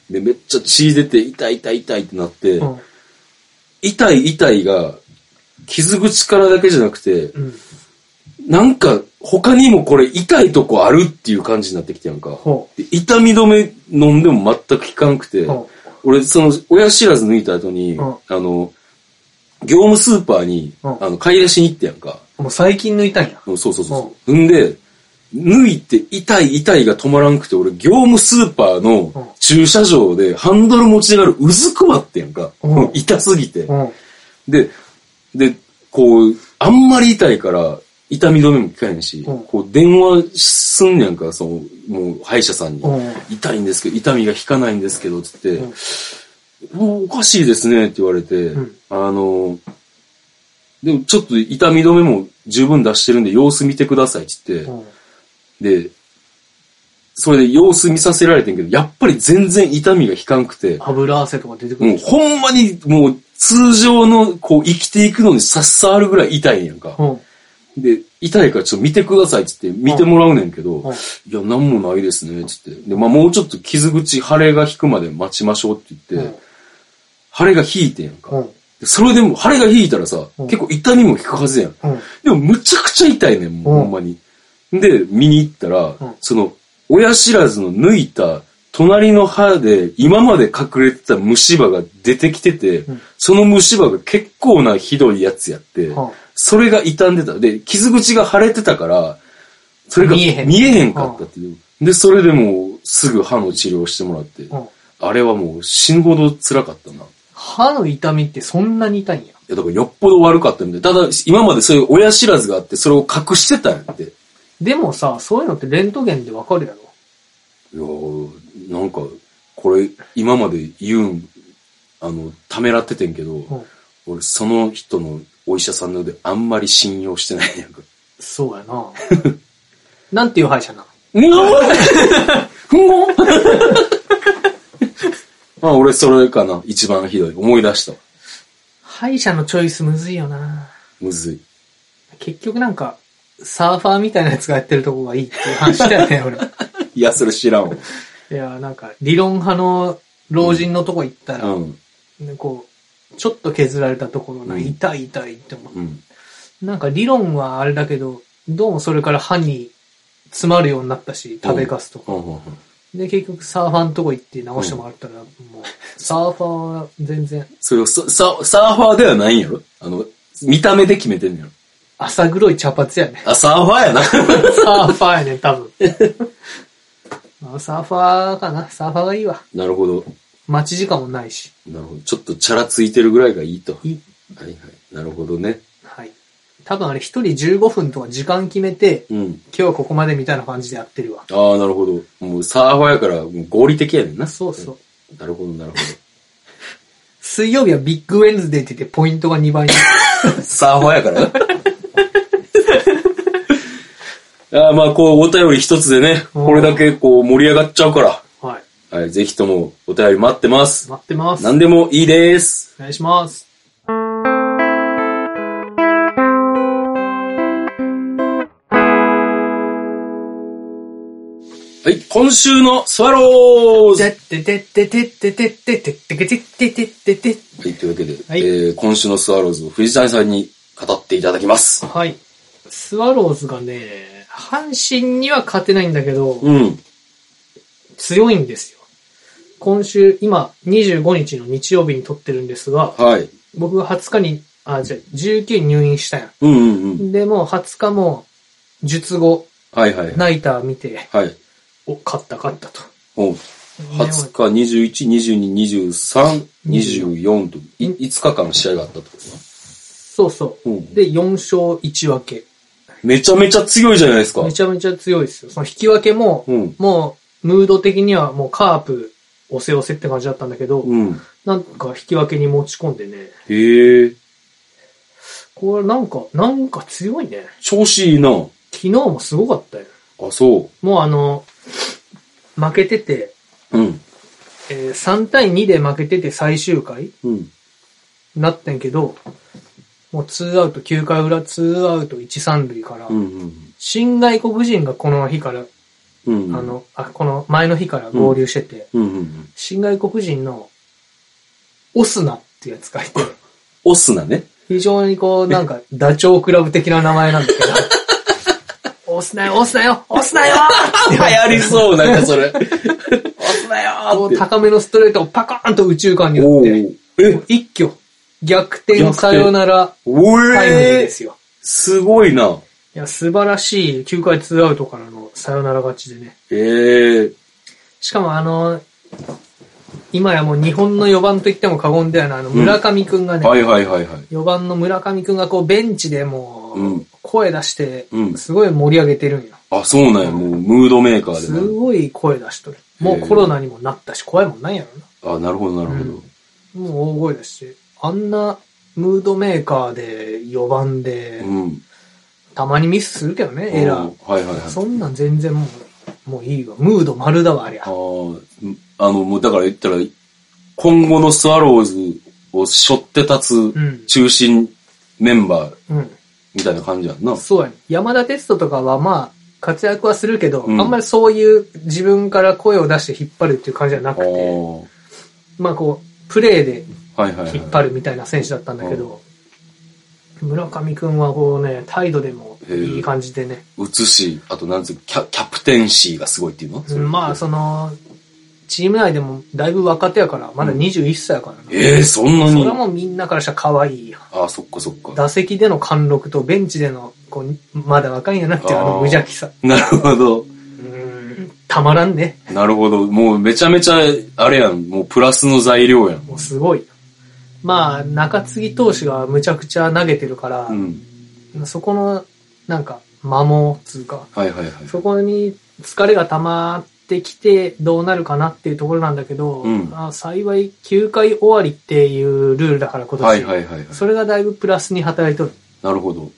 Speaker 2: で、めっちゃ血出て痛い痛い痛いってなって、
Speaker 3: うん。うん。
Speaker 2: 痛い痛いが、傷口からだけじゃなくて、
Speaker 3: うん。
Speaker 2: なんか他にもこれ痛いとこあるっていう感じになってきてやんか。
Speaker 3: ほ
Speaker 2: で痛み止め飲んでも全く効かなくて、
Speaker 3: う。ほ
Speaker 2: 俺、その、親知らず抜いた後に、
Speaker 3: うん
Speaker 2: あの、業務スーパーに、
Speaker 3: うん
Speaker 2: あの、買い出しに行ってやんか。
Speaker 3: う。もう最近抜いたんや。
Speaker 2: うんそうそうそう。ん、んで、抜いて痛い痛いが止まらんくて、俺、業務スーパー
Speaker 3: うん
Speaker 2: の駐車場でハンドル持ちながらうずくまってやんか。
Speaker 3: うん
Speaker 2: もう <laughs> 痛すぎて。
Speaker 3: うん。
Speaker 2: で、で、こう、あんまり痛いから、痛み止めも効かへんし、
Speaker 3: うん
Speaker 2: こう、電話すんねやんか、その、もう、歯医者さんに。
Speaker 3: うん。
Speaker 2: 痛いんですけど、痛みが引かないんですけど、つって、
Speaker 3: うん
Speaker 2: もうおかしいですね、って言われて、
Speaker 3: うん
Speaker 2: あの、でもちょっと痛み止めも十分出してるんで、様子見てください、って言って、
Speaker 3: うん。
Speaker 2: で、それで様子見させられてんけど、やっぱり全然痛みが引かんくて、
Speaker 3: 油汗とか出てく
Speaker 2: もう
Speaker 3: る。
Speaker 2: ほんまにもう通常のこう生きていくのにさっさあるぐらい痛いんやんか。
Speaker 3: うん。
Speaker 2: で、痛いからちょっと見てくださいって言って、見てもらうねんけど、
Speaker 3: うん
Speaker 2: いや、なんもないですね、ってって。で、まあもうちょっと傷口、腫れが引くまで待ちましょうって
Speaker 3: う
Speaker 2: 言って、
Speaker 3: ん。
Speaker 2: 腫れが引いてんやんか。
Speaker 3: うん。
Speaker 2: でそれでも、腫れが引いたらさ、
Speaker 3: うん
Speaker 2: 結構痛みも引くはずやん。
Speaker 3: うん。
Speaker 2: でも、むちゃくちゃ痛いねん、もう
Speaker 3: うん
Speaker 2: ほんまに。で、見に行ったら、
Speaker 3: ん
Speaker 2: その、親知らずの抜いた、隣の歯で、今まで隠れてた虫歯が出てきてて、
Speaker 3: ん
Speaker 2: その虫歯が結構なひどいやつやって、
Speaker 3: うん
Speaker 2: それが傷んでた。で、傷口が腫れてたから、それが
Speaker 3: 見えへん
Speaker 2: へんかったっていう。で、それでもう、すぐ歯の治療してもらって、
Speaker 3: うん。
Speaker 2: あれはもう死ぬほど辛かったな。
Speaker 3: 歯の痛みってそんなに痛いん
Speaker 2: い
Speaker 3: や。
Speaker 2: や、だからよっぽど悪かったみたい。ただ、今までそういう親知らずがあって、それを隠してたんやって。い
Speaker 3: でもさ、そういうのってレントゲンでわかるやろ。
Speaker 2: やーなんか、これ、今まで言うん、あの、ためらっててんけど、
Speaker 3: うん。
Speaker 2: 俺、その人のお医者さんの腕、あんまり信用してないやんか。
Speaker 3: そうや <laughs> な。なんていう歯医者なの
Speaker 2: うわふんごまあ、俺、それかな。一番ひどい。思い出したわ。
Speaker 3: 歯医者のチョイスむずいよな。
Speaker 2: むずい。
Speaker 3: 結局なんか、サーファーみたいなやつがやってるとこがいいっていう話だよ <laughs> ね、俺。
Speaker 2: いや、それ知らんわ。
Speaker 3: いや、なんか、理論派の老人のとこ行ったら、
Speaker 2: うん。
Speaker 3: ねこう、ちょっと削られたところが
Speaker 2: うん
Speaker 3: 痛い痛いって思う。
Speaker 2: うん。
Speaker 3: なんか理論はあれだけど、どうもそれから歯に詰まるようになったし、食べかすとか。
Speaker 2: うんうんうん
Speaker 3: で、結局サーファーのとこ行って直してもらったら、もう、サーファーは全然、
Speaker 2: それをサ、ササーファーではないんやろあの、見た目で決めてんのやろ
Speaker 3: 浅黒い茶
Speaker 2: <laughs>。
Speaker 3: 髪やね
Speaker 2: あ、サーファーやな。
Speaker 3: サーファーやね、多分。まあサーファーかな。サーファーがいいわ。
Speaker 2: なるほど。
Speaker 3: 待ち時間もないし。
Speaker 2: なるほど。ちょっとチャラついてるぐらいがいいと。はい
Speaker 3: い。
Speaker 2: はい。なるほどね。
Speaker 3: はい。多分あれ一人15分とか時間決めて、
Speaker 2: うん。
Speaker 3: 今日はここまでみたいな感じでやってるわ。
Speaker 2: ああ、なるほど。もうサーファーやからもう合理的やねんな。
Speaker 3: そうそう。
Speaker 2: なるほど、なるほ
Speaker 3: 水曜日はビッグウェンズデーって言ってポイントが2倍に
Speaker 2: <laughs>
Speaker 3: なる。
Speaker 2: ど。サーファーやからな。 <laughs> あーまあ、こう、お便り一つでね、これだけこう盛り上がっちゃうから、
Speaker 3: はい。
Speaker 2: はい、ぜひともお便り待ってます。
Speaker 3: 待ってます。
Speaker 2: 何でもいいです。
Speaker 3: お願いします。
Speaker 2: ははい、今週のスワローズ
Speaker 3: じ
Speaker 2: は
Speaker 3: ゃっててっててっててっててっててててててて。
Speaker 2: い、というわけで、
Speaker 3: はい
Speaker 2: えー今週のスワローズを藤谷さんに語っていただきます。
Speaker 3: はい。スワローズがね、阪神には勝てないんだけど、
Speaker 2: うん。
Speaker 3: 強いんですよ。今週、今、25日の日曜日に撮ってるんですが、
Speaker 2: はい。
Speaker 3: 僕が20日に、あ、じゃあ19に入院したや
Speaker 2: うんうんうん。
Speaker 3: ん。で、もう20日も、術後、
Speaker 2: はいはい。
Speaker 3: ナイター見て、
Speaker 2: はい。
Speaker 3: お、勝った勝ったと。
Speaker 2: お20日、21、22、23、24と、い5日間の試合があったってことか
Speaker 3: そうそう。
Speaker 2: うん
Speaker 3: で、4勝1分け。
Speaker 2: めちゃめちゃ強いじゃないですか。
Speaker 3: めちゃめちゃ強いですよ。その引き分けも、
Speaker 2: うん。
Speaker 3: もう、ムード的にはもうカープ、押せ押せって感じだったんだけど、
Speaker 2: うん。
Speaker 3: なんか引き分けに持ち込んでね、
Speaker 2: へえ。
Speaker 3: これなんか、なんか強いね。
Speaker 2: 調子いいな。
Speaker 3: 昨日もすごかったよ。
Speaker 2: あ、そ
Speaker 3: もうあの、負けてて、
Speaker 2: う。うん。
Speaker 3: えー3対2で負けてて最終回
Speaker 2: うん。
Speaker 3: なってんけど、もう2アウト、9回裏2アウト1、3塁から、
Speaker 2: うんうん。
Speaker 3: 新外国人がこの日から、
Speaker 2: うんうん。
Speaker 3: あ、の、あ、この前の日から合流してて、
Speaker 2: うんうんうん。
Speaker 3: 新外国人のオスナってやつがいて、
Speaker 2: オスナね。
Speaker 3: 非常にこう、なんか、 <laughs> ダチョウクラブ的な名前なんだけど、 <laughs> 押すなよ、押すなよ、押す <laughs> なよ
Speaker 2: 流行りそう、なんかそ
Speaker 3: <laughs>
Speaker 2: れ。オスナよ
Speaker 3: こ
Speaker 2: ーっ
Speaker 3: う
Speaker 2: て。
Speaker 3: 高めのストレートをパカーンと宇宙間に打
Speaker 2: お
Speaker 3: って、
Speaker 2: ーえ、
Speaker 3: 一挙、逆転サヨナラ
Speaker 2: お
Speaker 3: タイムリー
Speaker 2: え
Speaker 3: ですよ。
Speaker 2: すごいな。
Speaker 3: いや、素晴らしい9回2アウトからのサヨナラ勝ちでね。
Speaker 2: ええ。
Speaker 3: しかもあの、今やもう日本の4番と言っても過言ではない、あの、村上くんがね、
Speaker 2: はいはいはいはい。
Speaker 3: 4番の村上くんがこうベンチでも
Speaker 2: う
Speaker 3: うん声出して
Speaker 2: う、ん
Speaker 3: すごい盛り上げてるんよ。
Speaker 2: あ、そうなんや。もう、ムードメーカー
Speaker 3: す
Speaker 2: でも
Speaker 3: ごい声出しとる。もうコロナにもなったし、怖いもんなんやろ
Speaker 2: ある。あ、なるほどなるほ
Speaker 3: う
Speaker 2: ど
Speaker 3: ん。な。もう大声だし、あんなムードメーカーで4番で、
Speaker 2: うん。
Speaker 3: たまにミスするけどね、エラー。
Speaker 2: はいはいはい。
Speaker 3: そんなん全然もう、もういいわ。ムード丸だわ、ありゃ
Speaker 2: あ。あ、あの、もうだから言ったら、今後のスワローズを背負って立
Speaker 3: うん
Speaker 2: つ中心メンバー
Speaker 3: うん。
Speaker 2: みたいな感じやんな。
Speaker 3: そうやね。山田哲人とかはまあ、活躍はするけど、
Speaker 2: うん
Speaker 3: あんまりそういう自分から声を出して引っ張るっていう感じじゃなく
Speaker 2: ああ、
Speaker 3: て、まあこう、プレーで
Speaker 2: はいはいはい。
Speaker 3: 引っ張るみたいな選手だったんだけど、村上くんはこうね、態度でもいい感じでね、
Speaker 2: 映し、あとなんつうキャ、キャプテンシーがすごいっていうの
Speaker 3: うんまあその、チーム内でもだいぶ若手やから、まだ21歳やからな。
Speaker 2: ええそんな
Speaker 3: それ
Speaker 2: に
Speaker 3: はもうみんなからしたら可愛いよ。
Speaker 2: ああ、そっかそっか。
Speaker 3: 打席での貫禄とベンチでの、こう、まだ若いんやなっていうあ
Speaker 2: あー
Speaker 3: の無邪気さ。
Speaker 2: なるほど。
Speaker 3: うん、たまらんね。
Speaker 2: なるほど。もうめちゃめちゃ、あれやん。もうプラスの材料やん。
Speaker 3: もうすごい。まあ、中継ぎ投手がむちゃくちゃ投げてるから、
Speaker 2: うん。
Speaker 3: そこの、なんか、摩耗っつうか、
Speaker 2: はいはいはい。
Speaker 3: そこに疲れが溜まってきてどうなるかなっていうところなんだけど、
Speaker 2: うん
Speaker 3: まあ幸い9回終わりっていうルールだから今年、
Speaker 2: はいはいはいはい。
Speaker 3: それがだいぶプラスに働いとる。
Speaker 2: なるほど。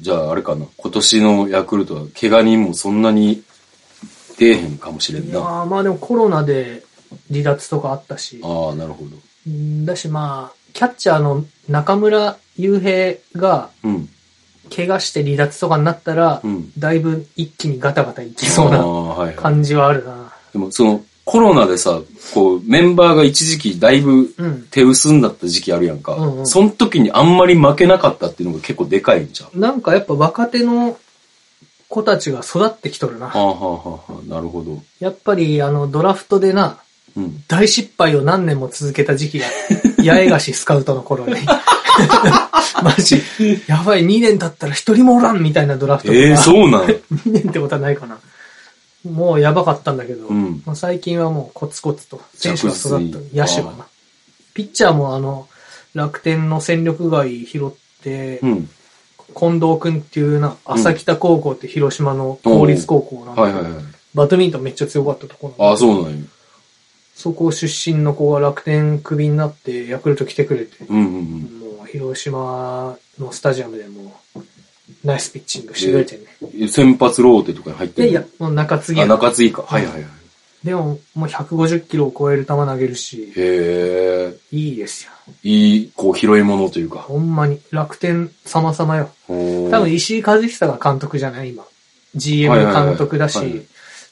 Speaker 2: じゃあ、あれかな。今年のヤクルトは、怪我人もそんなに出えへんかもしれん
Speaker 3: い
Speaker 2: な。
Speaker 3: や
Speaker 2: あ
Speaker 3: ーまあでもコロナで離脱とかあったし
Speaker 2: あ、ー、なるほど。
Speaker 3: うんだしまあ、キャッチャーの中村雄平が
Speaker 2: うん。
Speaker 3: 怪我して離脱とかになったら、
Speaker 2: うん。
Speaker 3: だいぶ一気にガタガタいきそう
Speaker 2: あ
Speaker 3: な
Speaker 2: あ、はい、はい。
Speaker 3: 感じはあるな。
Speaker 2: でも、その、コロナでさ、こう、メンバーが一時期だいぶ
Speaker 3: うん。
Speaker 2: 手薄になった時期あるやんか。
Speaker 3: うんうん
Speaker 2: その時にあんまり負けなかったっていうのが結構でかいんじゃん。
Speaker 3: なんかやっぱ若手の子たちが育ってきとるな
Speaker 2: は。あ、はあはあはあ、なるほど。
Speaker 3: やっぱりあのドラフトでな、
Speaker 2: うん。
Speaker 3: 大失敗を何年も続けた時期
Speaker 2: <laughs>
Speaker 3: が、八重樫スカウトの頃に。 <laughs> マジ、やばい、2年経ったら一人もおらんみたいなドラフトが。
Speaker 2: ええー、そうなんや
Speaker 3: 2年ってことはないかな。もうやばかったんだけど、
Speaker 2: うん
Speaker 3: もう最近はもうコツコツと、選手が育
Speaker 2: 着
Speaker 3: った
Speaker 2: 実に、
Speaker 3: 野手が
Speaker 2: あ
Speaker 3: な。ピッチャーもあの、楽天の戦力外拾って、
Speaker 2: うん。
Speaker 3: 近藤くんっていうな、朝北高校って広島の公立高校なんだけど
Speaker 2: はいはいはい。
Speaker 3: バドミントンめっちゃ強かったところなんだけど
Speaker 2: ああ、そうなんや。
Speaker 3: そこ出身の子が楽天クビになってヤクルト来てくれて、
Speaker 2: うんうんうん。
Speaker 3: もう広島のスタジアムでもうナイスピッチングしてくれてね。
Speaker 2: え先発ローテとかに入って
Speaker 3: いや
Speaker 2: る
Speaker 3: いや、もう中継ぎ
Speaker 2: あ、
Speaker 3: やな
Speaker 2: 中継ぎか。はいはいはい。
Speaker 3: でももう150キロを超える球投げるし、
Speaker 2: へえ。
Speaker 3: いいですよ。
Speaker 2: いい、こう、拾い物というか。
Speaker 3: ほんまに楽天様様よ。
Speaker 2: 多
Speaker 3: 多分石井和久が監督じゃない今。GM
Speaker 2: はいはいはい
Speaker 3: 監督だし、
Speaker 2: はい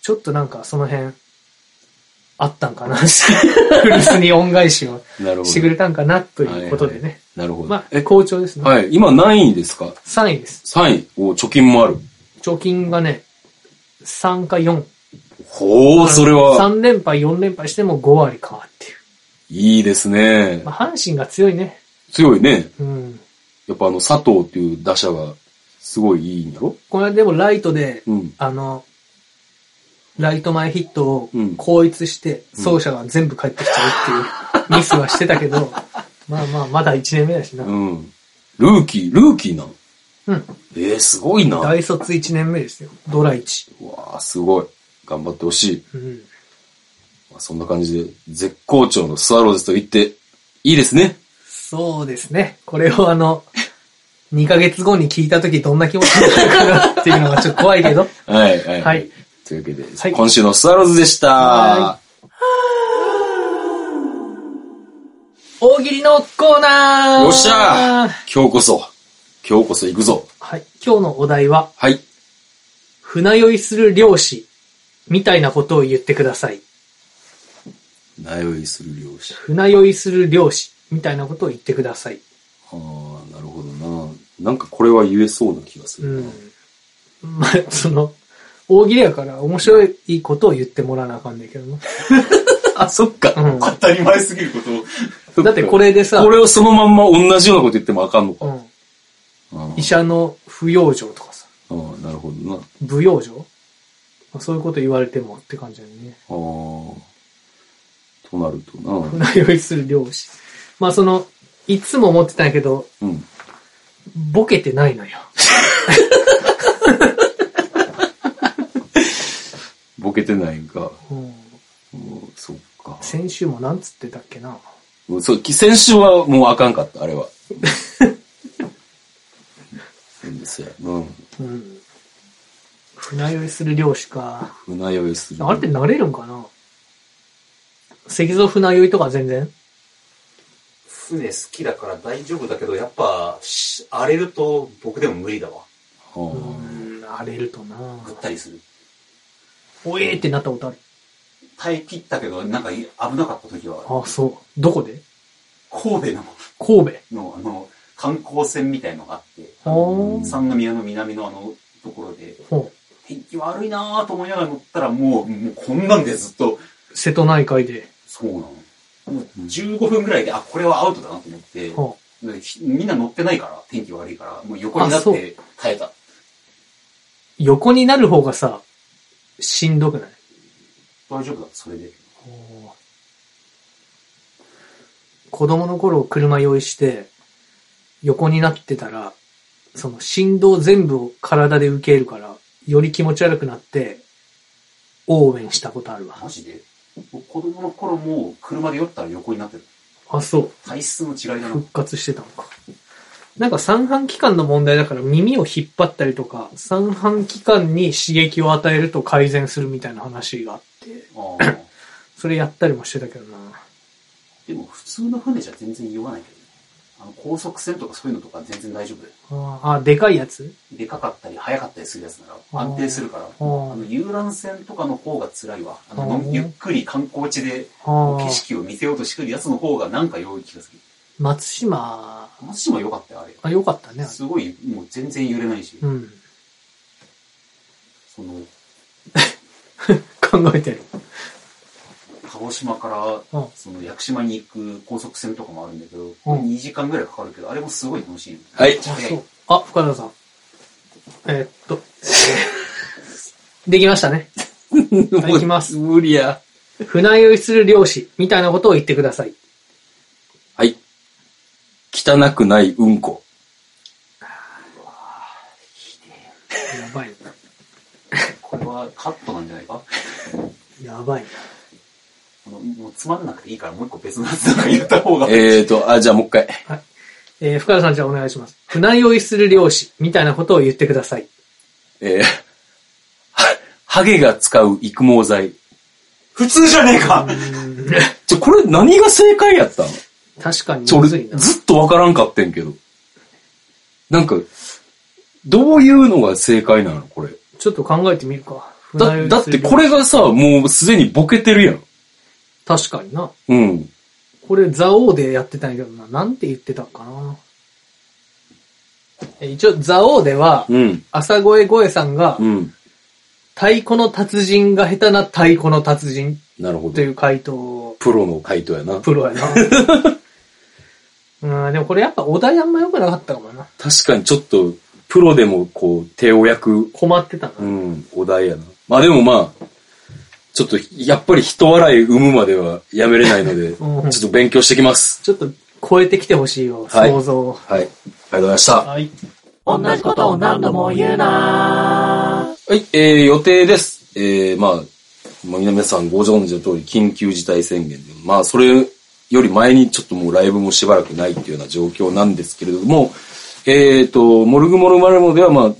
Speaker 3: ちょっとなんかその辺、あったんかな、 <laughs> フルスに恩返しを
Speaker 2: なるほ
Speaker 3: してく
Speaker 2: ど。
Speaker 3: れたんかな、ということで
Speaker 2: はい
Speaker 3: ね。
Speaker 2: なるほど。
Speaker 3: まあ、え好調ですね。
Speaker 2: はい。今何位ですか
Speaker 3: 3位です。
Speaker 2: ?3位。お貯金もある。
Speaker 3: 貯金がね、3か4。
Speaker 2: ほう、それは、
Speaker 3: 3連敗、4連敗しても5割変わっている。
Speaker 2: いいですね
Speaker 3: ま。あ、阪神が強いね。
Speaker 2: 強いね。
Speaker 3: うん。
Speaker 2: やっぱあの、佐藤っていう打者が、すごいいいんやろ
Speaker 3: この間でもライトで、
Speaker 2: うん。
Speaker 3: あの、ライト前ヒットを
Speaker 2: うん
Speaker 3: 後逸して、走者が全部帰ってきちゃうって
Speaker 2: <laughs>
Speaker 3: いうミスはしてたけど、まあまあ、まだ1年目だしな。
Speaker 2: うん。ルーキー、ルーキーなん
Speaker 3: うん。
Speaker 2: えー、すごいな。
Speaker 3: 大卒1年目ですよ。ドラ1。
Speaker 2: うわあすごい。頑張ってほしい。
Speaker 3: うん。
Speaker 2: まあ、そんな感じで、絶好調のスワローズと言って、いいですね。
Speaker 3: そうですね。これをあの、2ヶ月後に聞いた時どんな気持ちになるかなっていうのがちょっと怖いけど。
Speaker 2: はい、はい。
Speaker 3: はい。
Speaker 2: というわけで、
Speaker 3: はい
Speaker 2: 今週のスワローズでした。
Speaker 3: は大喜利のコーナー
Speaker 2: よっしゃー今日こそ、今日こそ行くぞ。
Speaker 3: はい。今日のお題は、
Speaker 2: はい。
Speaker 3: 船酔いする漁師みたいなことを言ってください。
Speaker 2: なよいする漁師。
Speaker 3: 船酔いする漁師みたいなことを言ってください。
Speaker 2: ああ、なるほどな。なんかこれは言えそうな気がす
Speaker 3: う
Speaker 2: るな。
Speaker 3: ん。まあ、その、大喜利やから面白いことを言ってもらわなあかんねんけどな。
Speaker 2: あ、そっか、
Speaker 3: うん
Speaker 2: 当たり前すぎることを
Speaker 3: <laughs> だってこれでさ
Speaker 2: これをそのまんま同じようなこと言ってもあかんのか。
Speaker 3: うん。
Speaker 2: あ
Speaker 3: 医者の不養生とかさ、
Speaker 2: あー、なるほどな。
Speaker 3: 不養生まあそういうこと言われてもって感じだよね。
Speaker 2: ああ。となるとな。
Speaker 3: 船酔いする漁師。まあその、いつも思ってたんやけど、
Speaker 2: うん。
Speaker 3: ボケてないのよ。
Speaker 2: ボケてないんか。
Speaker 3: うん、
Speaker 2: うんそっか。
Speaker 3: 先週もなんつってたっけな。
Speaker 2: うんそう、き先週はもうあかんかった、あれは。
Speaker 3: <laughs>
Speaker 2: うん。そうやな。
Speaker 3: うん。船酔いする漁師か。
Speaker 2: 船酔いする。
Speaker 3: あれって慣れるんかな石像船酔いとか全然
Speaker 1: 船好きだから大丈夫だけど、やっぱ、し荒れると僕でも無理だわ。
Speaker 2: あー
Speaker 3: うん、荒れるとな
Speaker 1: ぐったりする。
Speaker 3: おえーってなったことある。
Speaker 1: 耐え切ったけど、なんかい危なかった時は、
Speaker 3: あ、そう。どこで
Speaker 1: 神戸の、
Speaker 3: 神戸。
Speaker 1: の、あの、観光船みたいのがあって、
Speaker 3: あー
Speaker 1: 三宮の南のあの、ところで、
Speaker 3: ほう
Speaker 1: 天気悪いなぁと思いながら乗ったら、もう、もうこんなんでずっと、
Speaker 3: 瀬戸内海で。
Speaker 1: そうなの。もう15分ぐらいで、あ、これはアウトだなと思って、
Speaker 3: ほう
Speaker 1: でひみんな乗ってないから、天気悪いから、もう横にな
Speaker 3: あ
Speaker 1: っ
Speaker 3: そう
Speaker 1: て耐えた。
Speaker 3: 横になる方がさ、しんどくない
Speaker 1: 大丈夫だ、それで。
Speaker 3: 子供の頃車用意して、横になってたら、その振動全部を体で受けるから、より気持ち悪くなって、応援したことあるわ
Speaker 1: マ。ジで僕子供の頃も車で酔ったら横になってる。
Speaker 3: あ、そう。
Speaker 1: 体質の違いだな
Speaker 3: <laughs> 復。活してたのか。なんか三半規管の問題だから耳を引っ張ったりとか、三半規管に刺激を与えると改善するみたいな話があって、
Speaker 1: ああ
Speaker 3: それやったりもしてたけどな。
Speaker 1: でも普通の船じゃ全然酔わないけどね。あの高速船とかそういうのとか全然大丈夫だよ。
Speaker 3: あーあ、でかいやつ
Speaker 1: でかかったり速かったりするやつなら安定するから。
Speaker 3: あ
Speaker 1: あの
Speaker 3: ー
Speaker 1: 遊覧船とかの方が辛いわ。あの
Speaker 3: あー
Speaker 1: ゆっくり観光地で
Speaker 3: あー
Speaker 1: 景色を見せようとしてくるやつの方がなんか酔う気がする。
Speaker 3: 松島、
Speaker 1: 松島良かったよ、あれ。
Speaker 3: あ、よかったね。あれ
Speaker 1: すごい、もう全然揺れないし。
Speaker 3: うん。
Speaker 1: その、
Speaker 3: 考えてる。
Speaker 1: 鹿児島から
Speaker 3: うん。
Speaker 1: その屋久島に行く高速船とかもあるんだけど、
Speaker 3: うん
Speaker 1: 2時間ぐらいかかるけど、あれもすごい楽しい。
Speaker 2: はい
Speaker 1: めっちゃ早
Speaker 3: そう
Speaker 1: い。。
Speaker 3: あ、深田さん。えーっ
Speaker 2: <laughs>
Speaker 3: と。できましたね。はい行きま
Speaker 2: <laughs>
Speaker 3: す
Speaker 2: 無理や。
Speaker 3: 船酔いする漁師みたいなことを言ってください。
Speaker 2: はい。汚くないうんこ。
Speaker 3: やばい
Speaker 1: これはカットなんじゃないか <laughs>
Speaker 3: な。やばいな。
Speaker 1: あのもうつまんなくていいからもう一個別のやつなんか言った方が。
Speaker 2: えーと、あ、じゃあもう一回。
Speaker 3: はい。えー、深田さんじゃあお願いします。船酔いする漁師みたいなことを言ってください。
Speaker 2: えー、 <laughs> はハゲが使う育毛剤。
Speaker 1: 普通じゃねえか
Speaker 2: ちょ、これ何が正解やったの
Speaker 3: 確かに
Speaker 2: ちょ、俺、
Speaker 3: むずいな。
Speaker 2: ずっとわからんかってんけど。なんか、どういうのが正解なのこれ。
Speaker 3: ちょっと考えてみるか。
Speaker 2: だ、だってこ
Speaker 3: れ。
Speaker 2: れがさ、もうすでにボケてるやん。
Speaker 3: 確かにな。
Speaker 2: うん。
Speaker 3: これ、ザオーでやってたんやけどな。なんて言ってたんかな。え一応、ザオーでは、
Speaker 2: うん。
Speaker 3: 朝声声さんが
Speaker 2: う、ん。
Speaker 3: 太鼓の達人が下手な太鼓の達人
Speaker 2: なるほ
Speaker 3: と
Speaker 2: ど
Speaker 3: い。う回答を
Speaker 2: プロの回答やな。
Speaker 3: プロやな。
Speaker 2: <laughs>
Speaker 3: うん、でもこれやっぱお題あんま良くなかったかもな。
Speaker 2: 確かにちょっと、プロでもこう、手を焼く、
Speaker 3: 困ってたな。
Speaker 2: うん、お題やな。まあでもまあ、ちょっと、やっぱり人笑い生むまではやめれないの <laughs> で、
Speaker 3: うん
Speaker 2: ちょっと勉強してきます。
Speaker 3: ちょっと超えてきてほしいよ、
Speaker 2: はい
Speaker 3: 想像を。
Speaker 2: はい。ありがとうございました。
Speaker 3: はい。
Speaker 4: 同じことを何度も言うな
Speaker 2: はい、えー、予定です。えー、まあ、まあ、皆さんご存知の通り、緊急事態宣言で、まあ、それより前にちょっともうライブもしばらくないっていうような状況なんですけれども、えーと、モルグモルマルモでは、まあ、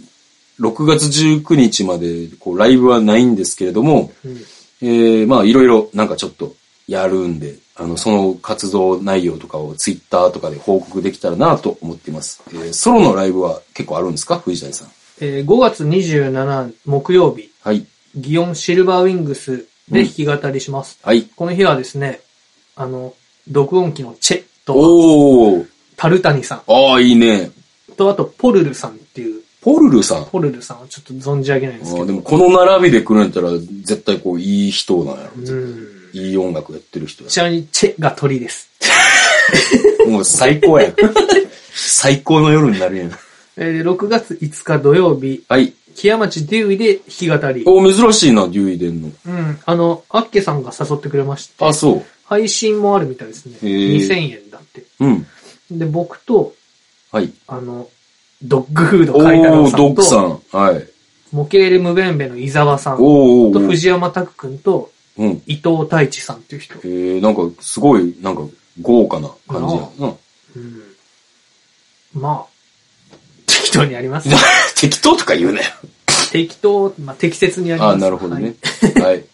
Speaker 2: 6月19日まで、こう、ライブはないんですけれども、
Speaker 3: うん
Speaker 2: えー、まあ、いろいろ、なんかちょっと、やるんで、あの、その活動内容とかをツイッターとかで報告できたらなと思っています。えー、ソロのライブは結構あるんですか藤谷さん。
Speaker 3: えー5月27木曜日、
Speaker 2: はい。
Speaker 3: 祇園シルバーウィングスで弾き語りします。
Speaker 2: はい。
Speaker 3: この日はですね、あの、録音機のチェと、
Speaker 2: おー。
Speaker 3: タルタニさ
Speaker 2: ああ、いいね。
Speaker 3: んと、あと、ポルルさんっていう、
Speaker 2: ポルルさん。あ
Speaker 3: ポルルさんはちょっと存じ上げないんですけ
Speaker 2: ー
Speaker 3: ど。
Speaker 2: でもこの並びで来るんやったら、絶対こう、いい人なんやろ。
Speaker 3: うん。
Speaker 2: いい音楽やってる人や
Speaker 3: ち。なみに、チェが鳥です。
Speaker 2: <laughs> もう最高 <laughs> やん。最高の夜になるやん。
Speaker 3: えー、6月5日土曜日、
Speaker 2: はい。
Speaker 3: 木屋町デューイで弾き語り。
Speaker 2: お、珍しいな、デューイデンの。
Speaker 3: うん。あの、アッケさんが誘ってくれまして、
Speaker 2: あ、そ
Speaker 3: 配信もあるみたいですね。
Speaker 2: へー
Speaker 3: 2000円だって。
Speaker 2: う。うん。
Speaker 3: で、僕と、
Speaker 2: はい。
Speaker 3: あの、ドッグフード
Speaker 2: お
Speaker 3: 海太郎
Speaker 2: ー、
Speaker 3: さ
Speaker 2: ドッ
Speaker 3: ん
Speaker 2: グさ
Speaker 3: と、
Speaker 2: ん。はい。
Speaker 3: モケールムベンベの伊沢さん、あ
Speaker 2: おーお
Speaker 3: と
Speaker 2: ーおー。
Speaker 3: 藤山拓くんと
Speaker 2: うん。
Speaker 3: 伊藤太一さんっていう人
Speaker 2: え。ー、なんか、すごい、なんか、豪華な感じやん。うん。
Speaker 3: うん。まあ、適当にやります。
Speaker 2: 適当とか言うなよ。
Speaker 3: 適当、まあ適切にやります。
Speaker 2: あなるほど
Speaker 3: は
Speaker 2: ね
Speaker 3: い。
Speaker 2: はい。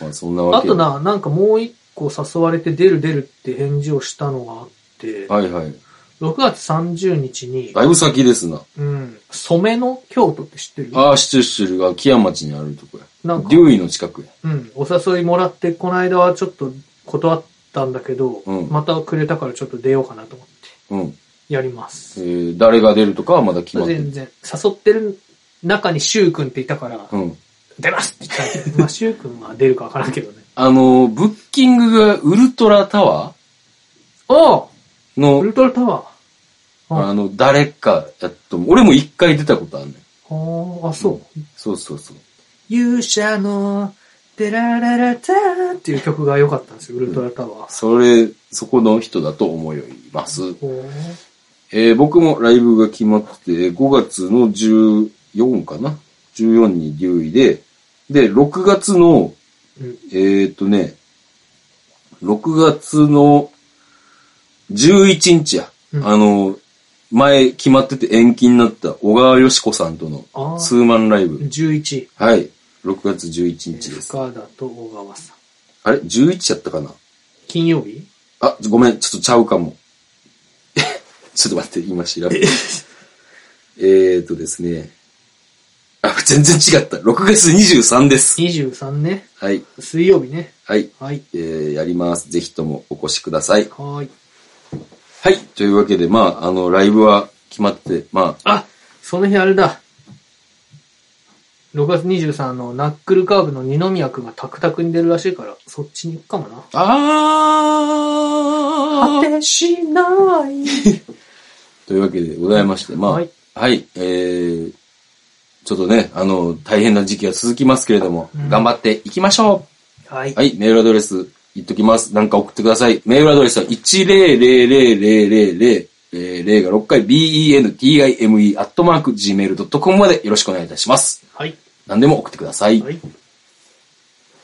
Speaker 2: まあ、そんなわ
Speaker 3: あ
Speaker 2: け
Speaker 3: と。な、なんかもう一個誘われて出る出るって返事をしたのがあって、
Speaker 2: はいはい。
Speaker 3: 6月30日に、
Speaker 2: だいぶ先ですな。
Speaker 3: うん、染めの京都って知ってる
Speaker 2: ああ、シチューシチュルが木屋町にあるとこや。
Speaker 3: なんか
Speaker 2: デ、ューイの近くや。
Speaker 3: うん、お誘いもらって、この間はちょっと断ったんだけど、
Speaker 2: うん
Speaker 3: またくれたからちょっと出ようかなと思って、
Speaker 2: うん。
Speaker 3: やりま
Speaker 2: え
Speaker 3: す。
Speaker 2: ー、誰が出るとかはまだ決まって
Speaker 3: 全
Speaker 2: る。
Speaker 3: 然、誘ってる中にシュウ君っていたから、
Speaker 2: うん。
Speaker 3: 出ますって言った <laughs> んだけどまあ、シュウ君は出るかわからんけどね。
Speaker 2: あのー、ブッキングがウルトラタワ
Speaker 3: お
Speaker 2: ー
Speaker 3: ウ
Speaker 2: の、
Speaker 3: ルトラタワー。うん
Speaker 2: あの、誰かやっと、俺も一回出たことあんねん。
Speaker 3: あーあ、そう。
Speaker 2: そうそうそう。
Speaker 3: 勇者の、デラララターっていう曲が良かったんですよ、ウルトラタワー。
Speaker 2: それ、そこの人だと思います。
Speaker 3: おー
Speaker 2: えー僕もライブが決まってて、5月の14かな ?14 にデューイで、で、6月の、
Speaker 3: うん
Speaker 2: えーっとね、6月の11日や。
Speaker 3: うん
Speaker 2: あの、前決まってて延期になった小川よしこさんとの
Speaker 3: あ
Speaker 2: ツ
Speaker 3: ー
Speaker 2: ーマンライブ。
Speaker 3: 11。
Speaker 2: はい。6月11日です。
Speaker 3: 深田と小川さん。
Speaker 2: あれ ?11 やったかな
Speaker 3: 金曜日
Speaker 2: あ、ごめん、ちょっとちゃうかも。 <laughs> ちょっと待って、今調べて。えーとですね。あ、全然違った。6月23です。
Speaker 3: 23ね。
Speaker 2: はい、
Speaker 3: 水曜日ね。
Speaker 2: はい、
Speaker 3: はい。
Speaker 2: えー、やります。ぜひともお越しください。
Speaker 3: はーい。
Speaker 2: はい、というわけで、まあ、あの、ライブは決まって、まあ、
Speaker 3: あ、その日あれだ。6月23あのナックルカーブの二宮くんがタクタクに出るらしいから、そっちに行くかもな。
Speaker 2: あ
Speaker 3: 果てしない。
Speaker 2: というわけでございまして、まあ、は
Speaker 3: はいい、
Speaker 2: えー、ちょっとね、あの、大変な時期は続きますけれども、
Speaker 3: うん
Speaker 2: 頑張っていきましょう
Speaker 3: はい。
Speaker 2: はい、メールアドレス言っときます。なんか送ってください。メールアドレスは1000000、えー、0が6回 bentime アットマーク gmail.com までよろしくお願いいたします。
Speaker 3: はい。
Speaker 2: 何でも送ってください。
Speaker 3: はい。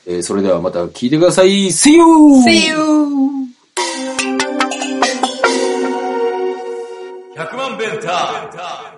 Speaker 2: えーそれではまた聞いてください。See you!
Speaker 3: See you!
Speaker 1: 100万ベンター